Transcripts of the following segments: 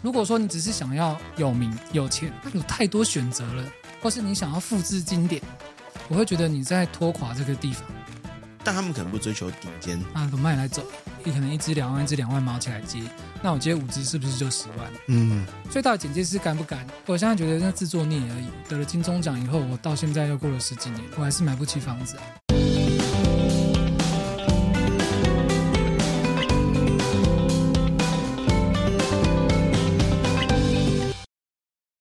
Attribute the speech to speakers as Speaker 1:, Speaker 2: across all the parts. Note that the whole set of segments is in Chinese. Speaker 1: 如果说你只是想要有名有钱，那有太多选择了，或是你想要复制经典，我会觉得你在拖垮这个地方。
Speaker 2: 但他们可能不追求顶尖，
Speaker 1: 啊，轮卖来走，你可能一支两万，一支两万毛起来接，那我接五支是不是就十万？
Speaker 2: 嗯，
Speaker 1: 所以到底剪接师干不干？我现在觉得那自作孽而已。得了金钟奖以后，我到现在又过了十几年，我还是买不起房子啊、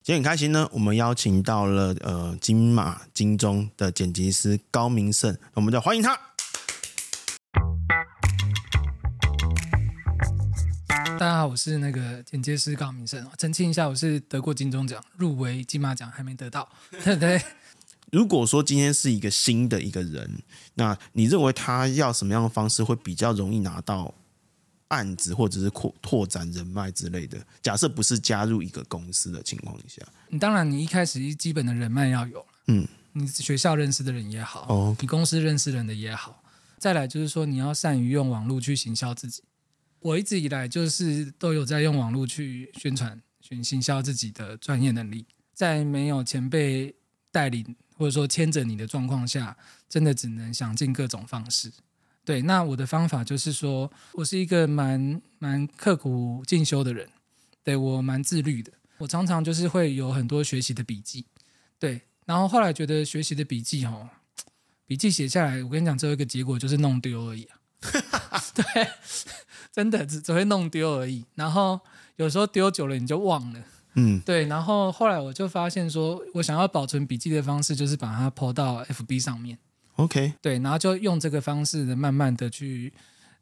Speaker 2: 今天很开心呢，我们邀请到了呃金马金钟的剪辑师高明胜，我们就欢迎他。
Speaker 1: 大家好，我是那个剪接师高明胜。澄清一下，我是得过金钟奖，入围金马奖还没得到， 对不对？
Speaker 2: 如果说今天是一个新的一个人，那你认为他要什么样的方式会比较容易拿到案子，或者是扩拓展人脉之类的？假设不是加入一个公司的情况下，
Speaker 1: 你当然，你一开始基本的人脉要有，
Speaker 2: 嗯，
Speaker 1: 你学校认识的人也好，
Speaker 2: 哦
Speaker 1: 你公司认识人的也好，再来就是说你要善于用网络去行销自己。我一直以来就是都有在用网络去宣传、去行销自己的专业能力，在没有前辈带领或者说牵着你的状况下，真的只能想尽各种方式。对，那我的方法就是说，我是一个蛮蛮刻苦进修的人，对我蛮自律的。我常常就是会有很多学习的笔记，对。然后后来觉得学习的笔记哦，笔记写下来，我跟你讲，只有一个结果就是弄丢而已、啊。 对，真的只只会弄丢而已。然后有时候丢久了你就忘了。
Speaker 2: 嗯，
Speaker 1: 对，然后后来我就发现说，我想要保存笔记的方式就是把它抛到 FB 上面。
Speaker 2: OK，
Speaker 1: 对，然后就用这个方式的慢慢的去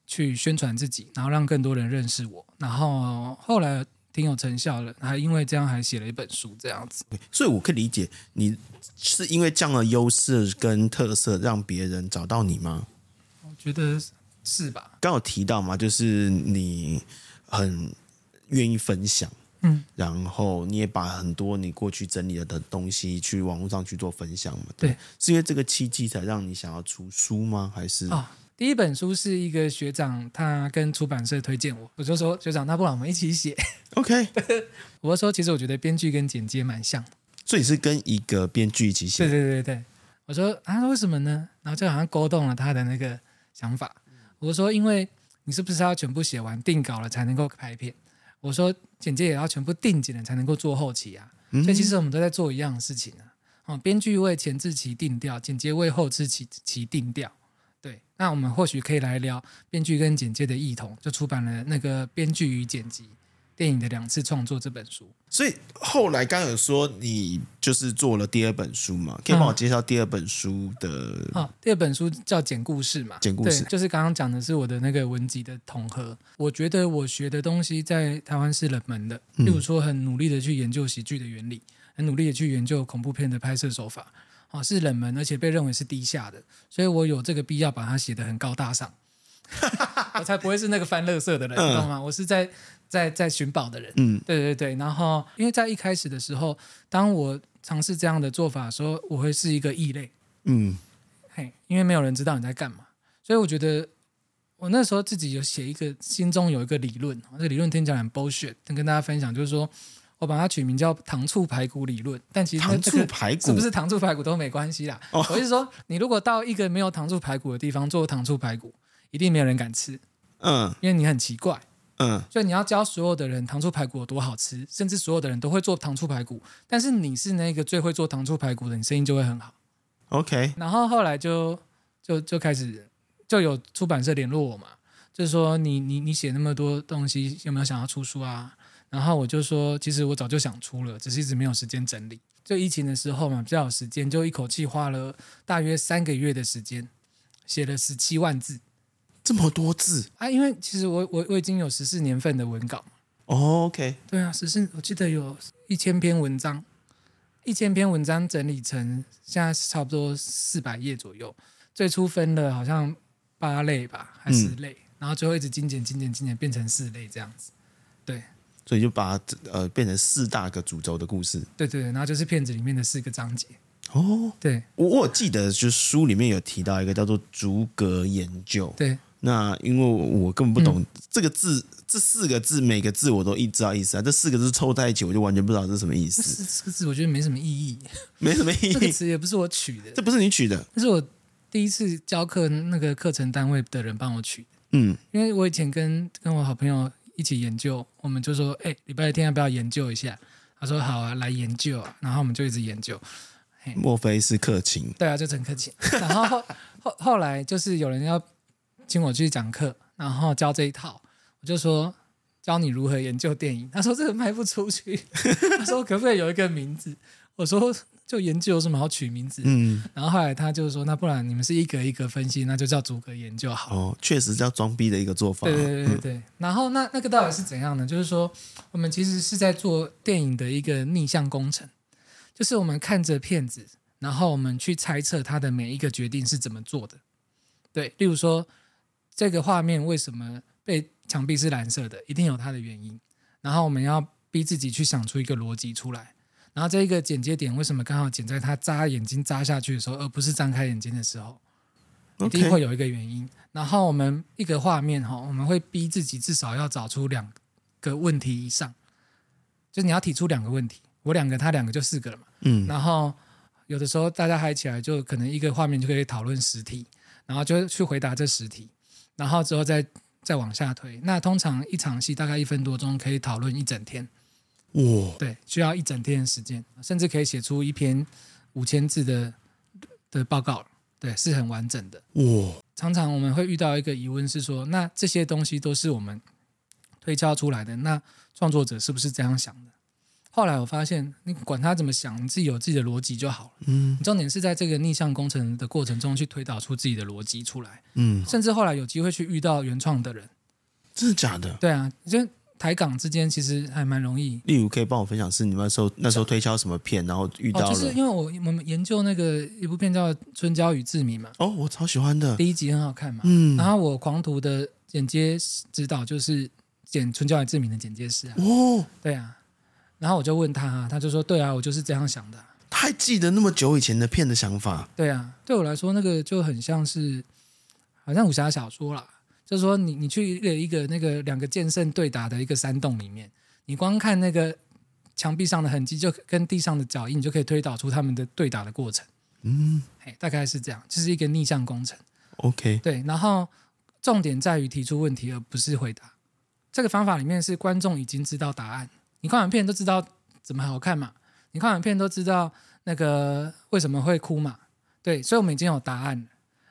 Speaker 1: 去宣传自己，然后让更多人认识我，然后后来挺有成效的，还因为这样还写了一本书这样子。
Speaker 2: 所以我可以理解你是因为这样的优势跟特色让别人找到你吗？
Speaker 1: 我觉得是吧？
Speaker 2: 刚有提到嘛，就是你很愿意分享，
Speaker 1: 嗯，
Speaker 2: 然后你也把很多你过去整理了的东西去网络上去做分享嘛，
Speaker 1: 对，
Speaker 2: 是因为这个契机才让你想要出书吗？还是、
Speaker 1: 哦，第一本书是一个学长，他跟出版社推荐我，我就说学长，那不然我们一起写。
Speaker 2: OK？
Speaker 1: 我就说其实我觉得编剧跟剪接蛮像的。
Speaker 2: 所以是跟一个编剧一起写
Speaker 1: 对
Speaker 2: 的，
Speaker 1: 对对对，我说啊，为什么呢？然后就好像勾动了他的那个想法。我说，因为你是不是要全部写完定稿了才能够拍片？我说剪接也要全部定剪了才能够做后期啊。
Speaker 2: 嗯
Speaker 1: 所以其实我们都在做一样的事情啊。哦，编剧为前置期定调，剪接为后置期期定调。对，那我们或许可以来聊编剧跟剪接的异同，就出版了那个《编剧与剪辑：电影的两次创作》这本书。
Speaker 2: 所以后来刚有说你就是做了第二本书嘛，可以帮我
Speaker 1: 嗯
Speaker 2: 介绍第二本书的，
Speaker 1: 好、哦第二本书叫《简故事》嘛，
Speaker 2: 简故事
Speaker 1: 对，就是刚刚讲的是我的那个文集的统合。我觉得我学的东西在台湾是冷门的，
Speaker 2: 嗯
Speaker 1: 例如说很努力的去研究喜剧的原理，很努力的去研究恐怖片的拍摄手法，哦，是冷门而且被认为是低下的，所以我有这个必要把它写得很高大上， 我才不会是那个翻乐色的人，你懂吗？我是在在在寻宝的人，
Speaker 2: 嗯，
Speaker 1: 对对对，然后因为在一开始的时候，当我尝试这样的做法的时候，我会是一个异类。
Speaker 2: 嗯，
Speaker 1: 嘿，因为没有人知道你在干嘛，所以我觉得我那时候自己有写一个，心中有一个理论，这个理论听起来很 bullshit，但跟大家分享就是说我把它取名叫糖醋排骨理论，但其实那
Speaker 2: 糖
Speaker 1: 这
Speaker 2: 醋
Speaker 1: 个
Speaker 2: 排骨
Speaker 1: 是不是糖醋排骨都没关系啦。
Speaker 2: 哦
Speaker 1: 我是说，你如果到一个没有糖醋排骨的地方做糖醋排骨，一定没有人敢吃，
Speaker 2: 嗯
Speaker 1: 因为你很奇怪。
Speaker 2: 嗯，
Speaker 1: 所以你要教所有的人糖醋排骨有多好吃，甚至所有的人都会做糖醋排骨，但是你是那个最会做糖醋排骨的，你生意就会很好。
Speaker 2: OK，
Speaker 1: 然后后来就就就开始就有出版社联络我嘛，就是说你你你写那么多东西，有没有想要出书啊？然后我就说，其实我早就想出了，只是一直没有时间整理。就疫情的时候嘛，比较有时间，就一口气花了大约三个月的时间，写了十七万字
Speaker 2: 这么多字、
Speaker 1: 啊。因为其实我我我已经有十四年份的文稿嘛，
Speaker 2: 哦、，OK，
Speaker 1: 对啊，十四我记得有一千篇文章，一千篇文章整理成现在差不多四百页左右。最初分了好像八类吧，还是类，然后最后一直精简、精简、精简，变成四类这样子。对，
Speaker 2: 所以就把它呃变成四大个主轴的故事。
Speaker 1: 对对对，然后就是片子里面的四个章节。
Speaker 2: 哦，
Speaker 1: 对
Speaker 2: 我我有记得就是书里面有提到一个叫做逐格研究，
Speaker 1: 对，嗯
Speaker 2: 那因为我根本不懂这个字，这四个字每个字我都一知道意思啊，这四个字凑在一起我就完全不知道这是什么意
Speaker 1: 这
Speaker 2: 思，
Speaker 1: 四这个字我觉得没什么意义，
Speaker 2: 没什么意
Speaker 1: 这个
Speaker 2: 义。
Speaker 1: 词也不是我取的
Speaker 2: 这，不是你取的，
Speaker 1: 这是我第一次教课那个课程单位的人帮我取的，
Speaker 2: 嗯
Speaker 1: 因为我以前跟跟我好朋友一起研究，我们就说，哎、礼拜天要不要研究一下？他说好啊，来研究啊，然后我们就一直研究，
Speaker 2: 莫非是克勤？
Speaker 1: 对啊，就陈克勤。然后后后后来就是有人要请我去讲课，然后教这一套，我就说教你如何研究电影。他说这个卖不出去， 他说可不可以有一个名字？我说就研究有什么好取名字？
Speaker 2: 嗯，
Speaker 1: 然后后来他就说，那不然你们是一格一格分析，那就叫逐格研究好了。
Speaker 2: 哦，确实叫装逼的一个做法。
Speaker 1: 对对对对对。然后那那个到底是怎样呢？就是说，我们其实是在做电影的一个逆向工程，就是我们看着片子，然后我们去猜测它的每一个决定是怎么做的。对，例如说这个画面为什么被墙壁是蓝色的，一定有它的原因。然后我们要逼自己去想出一个逻辑出来。然后这一个剪接点为什么刚好剪在他扎眼睛扎下去的时候，而不是张开眼睛的时候？一定
Speaker 2: OK，
Speaker 1: 会有一个原因。然后我们一个画面哈，我们会逼自己至少要找出两个问题以上，就是你要提出两个问题，我两个，他两个就四个了嘛。
Speaker 2: 嗯，
Speaker 1: 然后有的时候大家嗨起来，就可能一个画面就可以讨论十题，然后就去回答这十题，然后之后再再往下推。那通常一场戏大概一分多钟，可以讨论一整天。
Speaker 2: 哇，
Speaker 1: 对，需要一整天的时间，甚至可以写出一篇五千字的的报告，对，是很完整的。
Speaker 2: 哇，
Speaker 1: 常常我们会遇到一个疑问是说，那这些东西都是我们推敲出来的，那创作者是不是这样想的？后来我发现，你管他怎么想，你自己有自己的逻辑就好了。
Speaker 2: 嗯
Speaker 1: 重点是在这个逆向工程的过程中去推导出自己的逻辑出来，
Speaker 2: 嗯，
Speaker 1: 甚至后来有机会去遇到原创的人。
Speaker 2: 真的假的？
Speaker 1: 对啊，就台港之间其实还蛮容易。
Speaker 2: 例如可以帮我分享是你们那时候那时候推销什么片，然后遇
Speaker 1: 哦，
Speaker 2: 到
Speaker 1: 就是
Speaker 2: 了
Speaker 1: 因为我我们研究那个一部片叫《春娇与志明》嘛，
Speaker 2: 哦，我超喜欢的，
Speaker 1: 第一集很好看嘛。
Speaker 2: 嗯，
Speaker 1: 然后我狂徒的剪接指导就是剪《春娇与志明》的剪接师啊。
Speaker 2: 哦，
Speaker 1: 对啊，然后我就问他、啊，他就说：“对啊，我就是这样想的啊、
Speaker 2: 他还记得那么久以前的片的想法，
Speaker 1: 对啊，对我来说，那个就很像是，好像武侠小说啦，就是说你你去一个一个那个两个剑圣对打的一个山洞里面，你光看那个墙壁上的痕迹，就跟地上的脚印，你就可以推导出他们的对打的过程。
Speaker 2: 嗯
Speaker 1: 嘿，大概是这样，就是一个逆向工程。
Speaker 2: ，OK，
Speaker 1: 对，然后重点在于提出问题，而不是回答。这个方法里面是观众已经知道答案，你看完片都知道怎么好看嘛，你看完片都知道那个为什么会哭嘛，对，所以我们已经有答案了，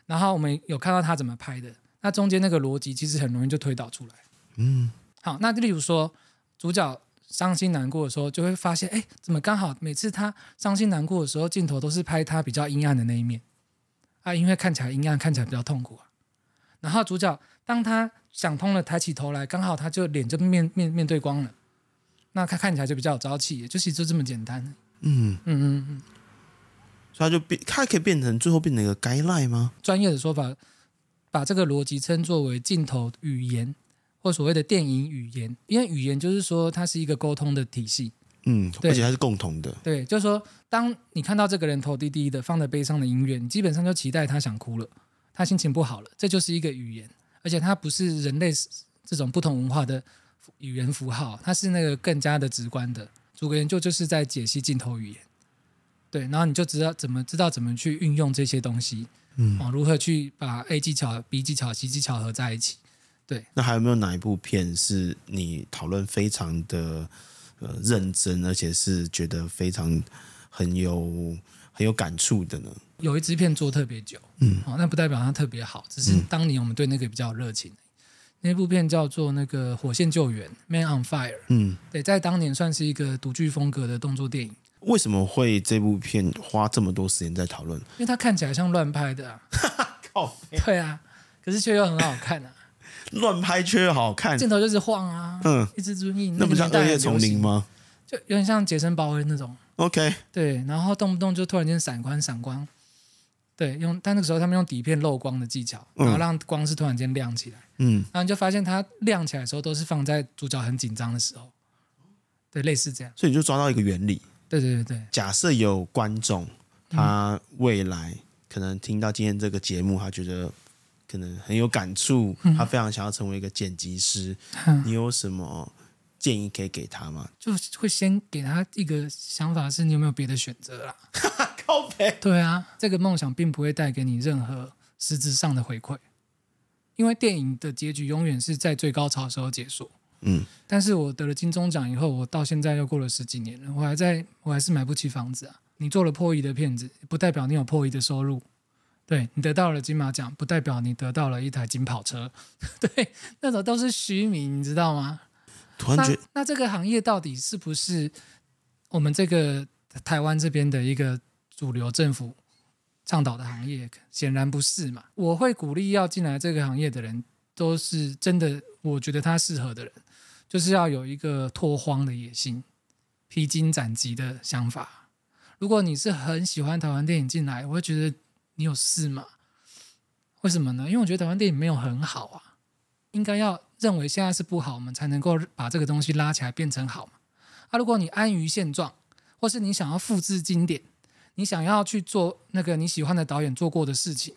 Speaker 1: 然后我们有看到他怎么拍的，那中间那个逻辑其实很容易就推导出来。
Speaker 2: 嗯，
Speaker 1: 好，那例如说主角伤心难过的时候，就会发现，哎，怎么刚好每次他伤心难过的时候，镜头都是拍他比较阴暗的那一面啊，因为看起来阴暗，看起来比较痛苦啊。然后主角当他想通了，抬起头来，刚好他就脸就面面面对光了，那他看起来就比较有朝气，就其实就这么简单。
Speaker 2: 嗯，
Speaker 1: 嗯嗯嗯，
Speaker 2: 所以他就变，他可以变成最后变成一个 guideline 吗？
Speaker 1: 专业的说法，把这个逻辑称作为镜头语言。或所谓的电影语言，因为语言就是说它是一个沟通的体系，
Speaker 2: 嗯，
Speaker 1: 对
Speaker 2: 而且它是共同的，
Speaker 1: 对，就是说，当你看到这个人头低低的，放着悲伤的音乐，你基本上就期待他想哭了，他心情不好了，这就是一个语言，而且它不是人类这种不同文化的语言符号，它是那个更加的直观的。主格研究就是在解析镜头语言，对，然后你就知道怎么知道怎么去运用这些东西，
Speaker 2: 嗯，
Speaker 1: 哦，如何去把 A 技巧、B 技巧、C 技巧合在一起。
Speaker 2: 那还有没有哪一部片是你讨论非常的呃认真，而且是觉得非常很有很有感触的呢？
Speaker 1: 有一支片做特别久，
Speaker 2: 嗯，
Speaker 1: 哦，那不代表它特别好，只是当年我们对那个比较有热情。那部片叫做那个《火线救援》（Man on Fire），
Speaker 2: 嗯，
Speaker 1: 对，在当年算是一个独具风格的动作电影，
Speaker 2: 为什么会这部片花这么多时间在讨论？
Speaker 1: 因为它看起来像乱拍 的、啊，
Speaker 2: 靠，
Speaker 1: 对啊，可是却又很好看啊，
Speaker 2: 乱拍却好看，
Speaker 1: 镜头就是晃啊，
Speaker 2: 嗯，
Speaker 1: 一只尊印，
Speaker 2: 那不
Speaker 1: 个
Speaker 2: 像
Speaker 1: 年代
Speaker 2: 恶
Speaker 1: 很
Speaker 2: 夜
Speaker 1: 流
Speaker 2: 丛林
Speaker 1: 行？
Speaker 2: 吗
Speaker 1: 就有点像杰森鲍恩那种，
Speaker 2: ？OK，
Speaker 1: 对，然后动不动就突然间闪光闪光，对，用但那个时候他们用底片漏光的技巧，
Speaker 2: 嗯
Speaker 1: 然后让光是突然间亮起来。
Speaker 2: 嗯，
Speaker 1: 然后你就发现它亮起来的时候，都是放在主角很紧张的时候，对，类似这样，
Speaker 2: 所以你就抓到一个原理，
Speaker 1: 对对对对，
Speaker 2: 假设有观众他未来可能听到今天这个节目，他觉得可能很有感触，他非常想要成为一个剪辑师，
Speaker 1: 嗯
Speaker 2: 你有什么建议可以给他吗？
Speaker 1: 就会先给他一个想法是，你有没有别的选择啊啦？
Speaker 2: 靠背，
Speaker 1: 对啊，这个梦想并不会带给你任何实质上的回馈，因为电影的结局永远是在最高潮的时候结束。
Speaker 2: 嗯，
Speaker 1: 但是我得了金钟奖以后，我到现在又过了十几年了，我还在，我还是买不起房子啊。你做了破亿的片子，不代表你有破亿的收入。对你得到了金马奖，不代表你得到了一台金跑车。 对，那种都是虚名，你知道吗？
Speaker 2: 突然
Speaker 1: 那
Speaker 2: 觉得
Speaker 1: 那这个行业到底是不是我们这个台湾这边的一个主流政府倡导的行业？显然不是嘛。我会鼓励要进来这个行业的人，都是真的，我觉得他适合的人，就是要有一个拓荒的野心，披荆斩棘的想法。如果你是很喜欢台湾电影进来，我会觉得你有事吗？为什么呢？因为我觉得台湾电影没有很好啊。应该要认为现在是不好，我们才能够把这个东西拉起来变成好嘛。啊，如果你安于现状，或是你想要复制经典，你想要去做那个你喜欢的导演做过的事情，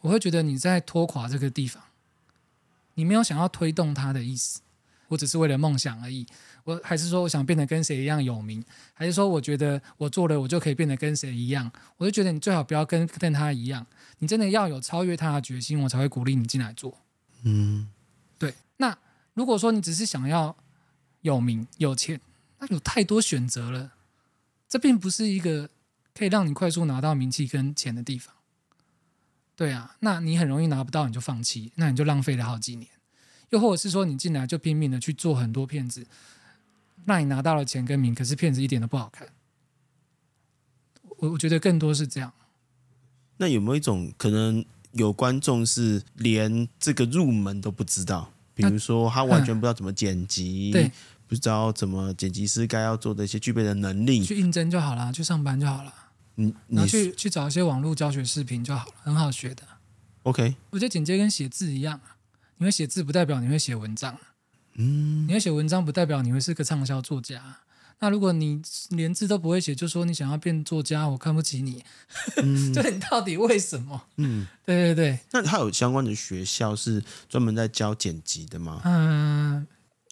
Speaker 1: 我会觉得你在拖垮这个地方。你没有想要推动它的意思，我只是为了梦想而已。我还是说我想变得跟谁一样有名，还是说我觉得我做了我就可以变得跟谁一样？我就觉得你最好不要跟跟他一样，你真的要有超越他的决心，我才会鼓励你进来做。
Speaker 2: 嗯，
Speaker 1: 对，那如果说你只是想要有名有钱，那有太多选择了，这并不是一个可以让你快速拿到名气跟钱的地方。对啊，那你很容易拿不到，你就放弃，那你就浪费了好几年。又或者是说，你进来就拼命的去做很多片子，那你拿到了钱跟名，可是片子一点都不好看。我我觉得更多是这样。
Speaker 2: 那有没有一种可能，有观众是连这个入门都不知道？比如说，他完全不知道怎么剪辑，
Speaker 1: 对，
Speaker 2: 不知道怎么剪辑师该要做的一些具备的能力。
Speaker 1: 去应征就好了，去上班就好了，
Speaker 2: 你
Speaker 1: 然
Speaker 2: 你
Speaker 1: 后去去找一些网络教学视频就好了，很好学的。
Speaker 2: OK？
Speaker 1: 我觉得剪接跟写字一样啊，你会写字不代表你会写文章，嗯，你会写文章不代表你会是个畅销作家啊。那如果你连字都不会写，就说你想要变作家，我看不起你， 就你到底为什么？嗯，对对对，
Speaker 2: 那他有相关的学校是专门在教剪辑的吗？
Speaker 1: 嗯，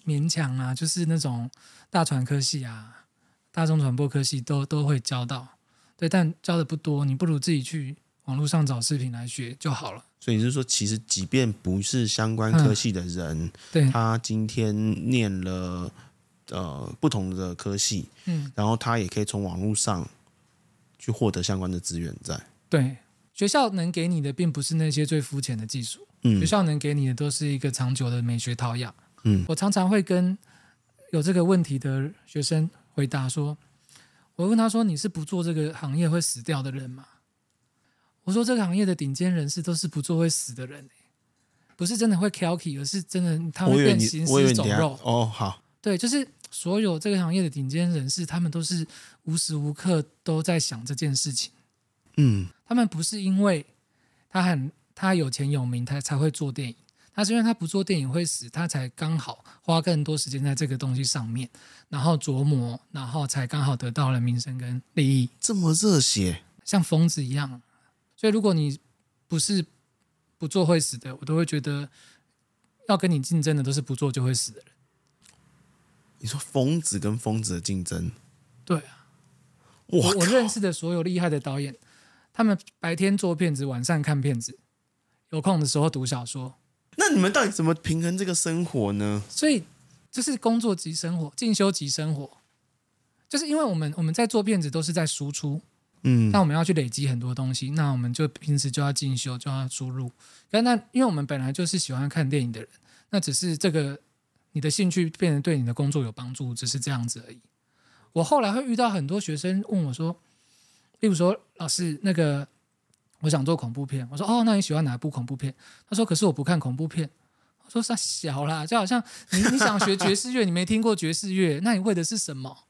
Speaker 1: 勉强啊，就是那种大传科系啊、大众传播科系都都会教到，对，但教的不多，你不如自己去网络上找视频来学就好了。
Speaker 2: 所以你是说，其实即便不是相关科系的人，
Speaker 1: 对，
Speaker 2: 他今天念了呃不同的科系，
Speaker 1: 嗯。
Speaker 2: 然后他也可以从网络上去获得相关的资源在。
Speaker 1: 对，学校能给你的并不是那些最肤浅的技术，
Speaker 2: 嗯
Speaker 1: 学校能给你的都是一个长久的美学陶养。
Speaker 2: 嗯，
Speaker 1: 我常常会跟有这个问题的学生回答说，我问他说：“你是不做这个行业会死掉的人吗？”我说：“这个行业的顶尖人士都是不做会死的人、欸不是真的会 c a l k y 而是真的他
Speaker 2: 我
Speaker 1: 会
Speaker 2: 以为
Speaker 1: 变
Speaker 2: 你
Speaker 1: 行，
Speaker 2: 我以为
Speaker 1: 尸
Speaker 2: 你
Speaker 1: 走
Speaker 2: 等一下
Speaker 1: 肉。
Speaker 2: 哦，好，
Speaker 1: 对，就是所有这个行业的顶尖人士，他们都是无时无刻都在想这件事情。
Speaker 2: 嗯，
Speaker 1: 他们不是因为他很他有钱有名，他才会做电影。他是因为他不做电影会死，他才刚好花更多时间在这个东西上面，然后琢磨，然后才刚好得到了名声跟利益，
Speaker 2: 这么热血，
Speaker 1: 像疯子一样。所以，如果你不是不做会死的，我都会觉得要跟你竞争的都是不做就会死的人。
Speaker 2: 你说疯子跟疯子的竞争，
Speaker 1: 对啊，
Speaker 2: 哇
Speaker 1: 我我认识的所有厉害的导演，他们白天做片子，晚上看片子，有空的时候读小说，
Speaker 2: 那你们到底怎么平衡这个生活呢？
Speaker 1: 所以就是工作及生活，进修及生活，就是因为我们我们在做片子都是在输出，
Speaker 2: 嗯
Speaker 1: 那我们要去累积很多东西，那我们就平时就要进修，就要输入。但那因为我们本来就是喜欢看电影的人，那只是这个你的兴趣变得对你的工作有帮助，只是这样子而已。我后来会遇到很多学生问我说，例如说老师那个我想做恐怖片，我说哦，那你喜欢哪部恐怖片？他说可是我不看恐怖片。我说傻小啦，就好像你你想学爵士乐，你没听过爵士乐， 那你会的是什么？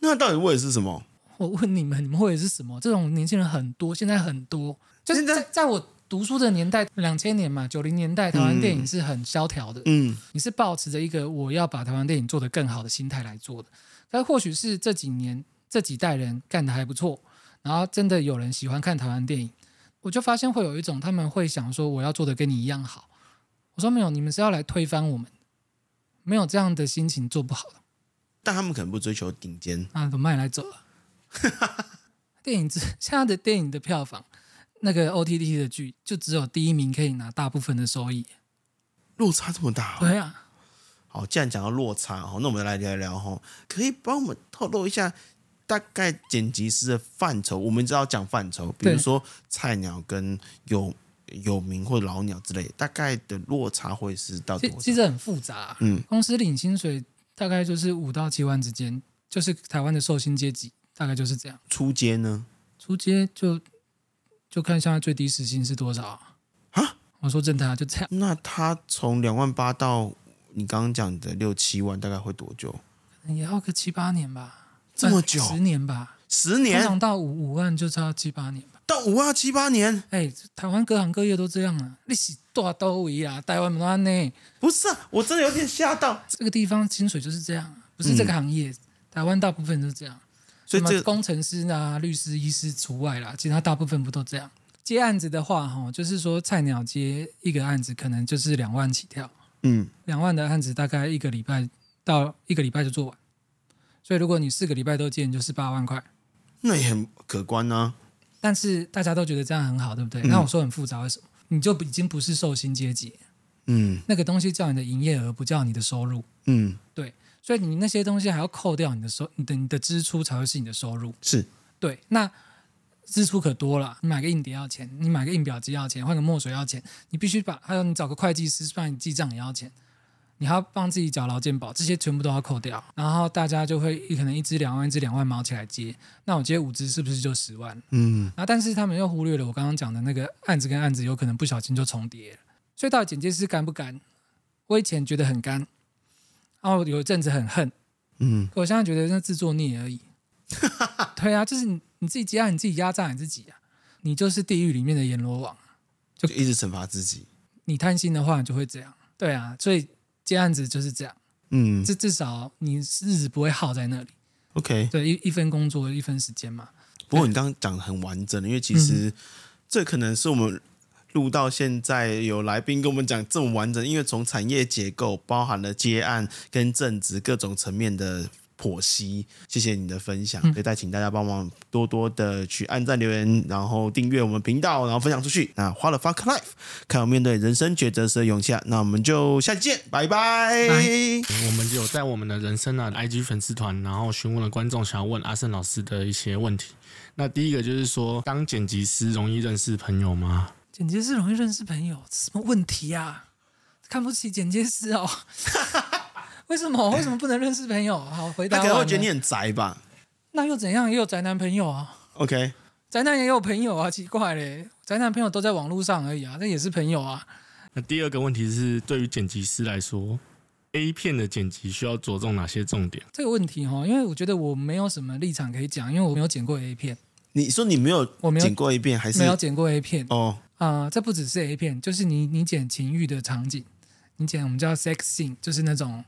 Speaker 2: 那到底为的是什么？
Speaker 1: 我问你们，你们会的是什么？这种年轻人很多，现在很多，就是
Speaker 2: 现在
Speaker 1: 在在我读书的年代，两千年嘛，九零年代，台湾电影是很萧条的。
Speaker 2: 嗯，
Speaker 1: 你是抱持着一个我要把台湾电影做得更好的心态来做的，但或许是这几年这几代人干得还不错，然后真的有人喜欢看台湾电影，我就发现会有一种他们会想说我要做的跟你一样好，我说没有，你们是要来推翻我们，没有这样的心情做不好的，
Speaker 2: 但他们可能不追求顶尖，
Speaker 1: 那怎么办来走了？电影之 现在的电影的票房，那个 OTT 的剧就只有第一名可以拿大部分的收益，
Speaker 2: 落差这么大、哦。
Speaker 1: 对啊，
Speaker 2: 好，既然讲到落差哦，那我们来聊聊哈，可以帮我们透露一下大概剪辑师的范畴？我们知道讲范畴，比如
Speaker 1: 对
Speaker 2: 说菜鸟跟有有名或老鸟之类，大概的落差会是到
Speaker 1: 其
Speaker 2: 多
Speaker 1: 其
Speaker 2: 少？
Speaker 1: 实很复杂、啊
Speaker 2: 嗯，
Speaker 1: 公司领薪水大概就是五到七万之间，就是台湾的寿星阶级大概就是这样。
Speaker 2: 初阶呢？
Speaker 1: 出街就就看现在最低时薪是多少啊？我说真的啊，就这样。
Speaker 2: 那他从两万八到你刚刚讲的六七万，大概会多久？
Speaker 1: 也要个七八年吧，
Speaker 2: 这么久
Speaker 1: 呃十年吧，
Speaker 2: 十
Speaker 1: 通
Speaker 2: 年
Speaker 1: 常到五五万就差七八年吧。
Speaker 2: 到五万七八年？
Speaker 1: 哎，台湾各行各业都这样啊，你是大都位啊，台湾嘛呢，
Speaker 2: 不是啊，我真的有点吓到。
Speaker 1: 这个地方薪水就是这样啊，不是这
Speaker 2: 嗯
Speaker 1: 个行业，台湾大部分都这样，
Speaker 2: 所以
Speaker 1: 什么
Speaker 2: 这
Speaker 1: 工程师啊、律师、医师除外啦，其他大部分不都这样。接案子的话，哈，就是说菜鸟接一个案子，可能就是两万起跳。
Speaker 2: 嗯，
Speaker 1: 两万的案子大概一个礼拜到一个礼拜就做完，所以如果你四个礼拜都见，就是八万块。
Speaker 2: 那也很可观啊呢、
Speaker 1: 但是大家都觉得这样很好，对不对？
Speaker 2: 嗯
Speaker 1: 那我说很复杂，为什么？你就已经不是寿星阶级，
Speaker 2: 嗯
Speaker 1: 那个东西叫你的营业额，不叫你的收入，
Speaker 2: 嗯，
Speaker 1: 所以你那些东西还要扣掉你的收、你的你的支出才会是你的收入。
Speaker 2: 是
Speaker 1: 对，那支出可多了，你买个硬碟要钱，你买个印表机要钱，换个墨水要钱，你必须把还有你找个会计师帮你记账也要钱，你还要帮自己缴劳健保，这些全部都要扣掉。然后大家就会一可能一支两万，一支两万毛起来接，那我接五支是不是就十万？
Speaker 2: 嗯
Speaker 1: 然后但是他们又忽略了我刚刚讲的那个案子跟案子有可能不小心就重叠了，所以到底剪接师干不干？我以前觉得很干，然后有一阵子很恨，
Speaker 2: 嗯，
Speaker 1: 可我现在觉得那自作孽而已。对啊，就是你你自己接案，你自己压榨你自己啊，你就是地狱里面的阎罗王。
Speaker 2: 就一直惩罚自己。
Speaker 1: 你贪心的话，你就会这样。对啊，所以接案子就是这样，
Speaker 2: 嗯
Speaker 1: 至至少你日子不会耗在那里。
Speaker 2: ，OK。
Speaker 1: 对，一一分工作一分时间嘛。
Speaker 2: 不过你刚刚讲的很完整，因为其实这可能是我们录到现在有来宾跟我们讲这么完整，因为从产业结构包含了接案跟正职各种层面的。剖析，谢谢你的分享，所以再请大家帮忙多多的去按赞、留言，然后订阅我们频道，然后分享出去。那花了 fuck life，看我面对人生抉择时的勇气啊！那我们就下期见，拜拜。
Speaker 1: 拜
Speaker 3: 我们有在我们的人生啊 IG 粉丝团，然后询问了观众想要问阿胜老师的一些问题。那第一个就是说，当剪辑师容易认识朋友吗？
Speaker 1: 剪接师容易认识朋友，什么问题啊？看不起剪接师哦？ 为什么？为什么不能认识朋友？好，回答
Speaker 2: 他可能会觉得你
Speaker 1: 完了
Speaker 2: 很宅吧
Speaker 1: 那又怎样？也有宅男朋友啊，
Speaker 2: ？OK，
Speaker 1: 宅男也有朋友啊，奇怪嘞，宅男朋友都在网络上而已啊，那也是朋友啊。
Speaker 3: 那第二个问题是，对于剪辑师来说，A 片的剪辑需要着重哪些重点？
Speaker 1: 这个问题哦哈，因为我觉得我没有什么立场可以讲，因为我没有剪过 A 片，
Speaker 2: 你说你没有
Speaker 1: 我没有
Speaker 2: 剪过一遍，还是
Speaker 1: 没有剪过 A 片
Speaker 2: 哦？
Speaker 1: 啊、这不只是 A 片，就是你你剪情欲的场景，你剪我们叫 sex scene，就是那种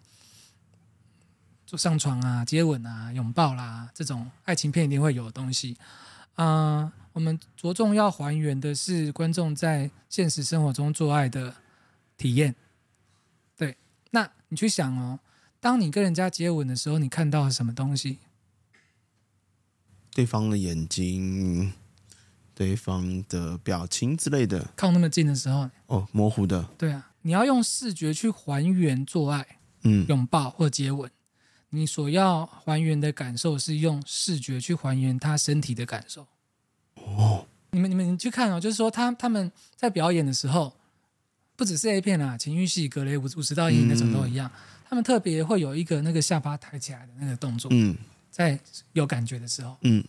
Speaker 1: 就上床啊、接吻啊、拥抱啦这种爱情片一定会有的东西。啊、我们着重要还原的是观众在现实生活中做爱的体验。对，那你去想哦，当你跟人家接吻的时候，你看到了什么东西？
Speaker 2: 对方的眼睛、对方的表情之类的，
Speaker 1: 靠那么近的时候，
Speaker 2: 哦，模糊的，
Speaker 1: 对啊，你要用视觉去还原做爱。
Speaker 2: 嗯
Speaker 1: 拥抱或接吻，你所要还原的感受是用视觉去还原他身体的感受。
Speaker 2: 哦，
Speaker 1: 你们你们你去看哦，就是说他他们在表演的时候，不只是 A 片啦，情欲戏、格雷五五十道阴影那种都一样，他们特别会有一个那个下巴抬起来的那个动作，
Speaker 2: 嗯
Speaker 1: 在有感觉的时候。
Speaker 2: 嗯，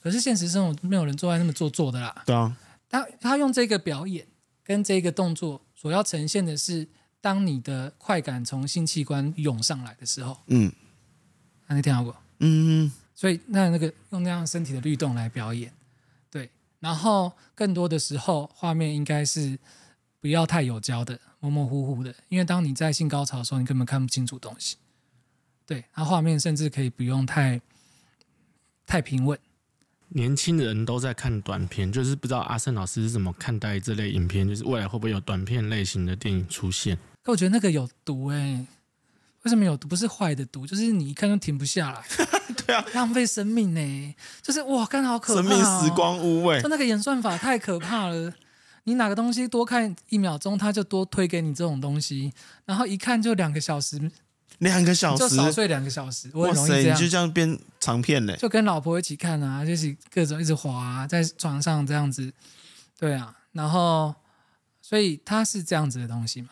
Speaker 1: 可是现实生活没有人做爱那么做作的啦。
Speaker 2: 对啊，
Speaker 1: 他他用这个表演跟这个动作所要呈现的是，当你的快感从性器官涌上来的时候，
Speaker 2: 嗯
Speaker 1: 啊、你听到过？
Speaker 2: 嗯
Speaker 1: 所以那那个用那样身体的律动来表演，对。然后更多的时候，画面应该是不要太有焦的，模模糊糊的，因为当你在性高潮的时候，你根本看不清楚东西。对，然后画面甚至可以不用太太平稳，
Speaker 3: 年轻人都在看短片，就是不知道阿胜老师是怎么看待这类影片，就是未来会不会有短片类型的电影出现？
Speaker 1: 可我觉得那个有毒哎、为什么有毒？不是坏的毒，就是你一看就停不下 来。对
Speaker 2: 啊，
Speaker 1: 浪费生命呢、就是哇，看好可怕、哦
Speaker 2: 生命时。光屋味
Speaker 1: 就。那个演算法太可怕了。你哪个东西多看一秒钟，它就多推给你这种东西，然后一看就两个小时，
Speaker 2: 两个小
Speaker 1: 就
Speaker 2: 时，
Speaker 1: 少睡两个小时，我
Speaker 2: 哇
Speaker 1: 很容易
Speaker 2: 塞，
Speaker 1: 这
Speaker 2: 你
Speaker 1: 样
Speaker 2: 就。这样变长片嘞，
Speaker 1: 就跟老婆一起看啊，就是各种一直滑、啊、在床上这样子，对啊，然后所以它是这样子的东西嘛，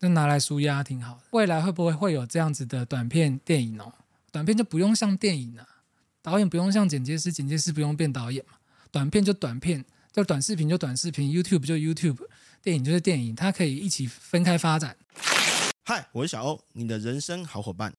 Speaker 1: 就拿来舒压挺好的。未来会不会会有这样子的短片电影哦？短片就不用像电影啊，导演不用像剪接师，剪接师不用变导演嘛，短片就短片，就短视频就短视频，YouTube 就 YouTube，电影就是电影，它可以一起分开发展。
Speaker 2: 嗨，我是小欧，你的人生好伙伴。